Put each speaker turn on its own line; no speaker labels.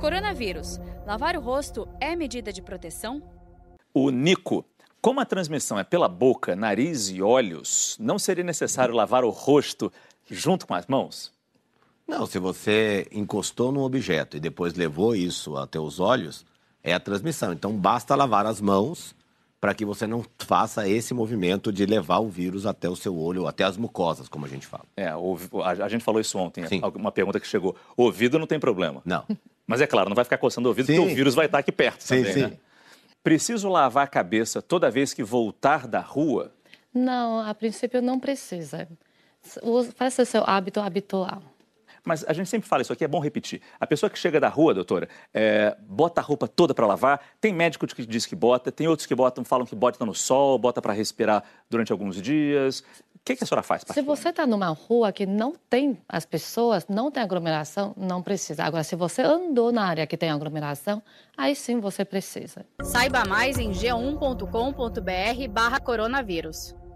Coronavírus. Lavar o rosto é medida de proteção?
O Nico. Como a transmissão é pela boca, nariz e olhos, não seria necessário lavar o rosto junto com as mãos?
Não, se você encostou num objeto e depois levou isso até os olhos, é a transmissão. Então basta lavar as mãos para que você não faça esse movimento de levar o vírus até o seu olho, até as mucosas, como a gente fala.
É, o- a, a gente falou isso ontem,
Sim.
uma pergunta que chegou. Ouvido não tem problema.
Não.
Mas é claro, não vai ficar coçando o ouvido,
Sim.
porque o vírus vai estar aqui perto
Sim,
também,
sim.
né? Preciso lavar a cabeça toda vez que voltar da rua?
Não, a princípio não precisa. Usa- Faça seu hábito habitual.
Mas a gente sempre fala isso aqui, é bom repetir. A pessoa que chega da rua, doutora, é, bota a roupa toda para lavar. Tem médico que diz que bota, tem outros que botam, falam que bota no sol, bota para respirar durante alguns dias. O que, que a senhora faz?
Se você está numa rua que não tem as pessoas, não tem aglomeração, não precisa. Agora, se você andou na área que tem aglomeração, aí sim você precisa.
um
Saiba mais em g1.com.br barra coronavírus.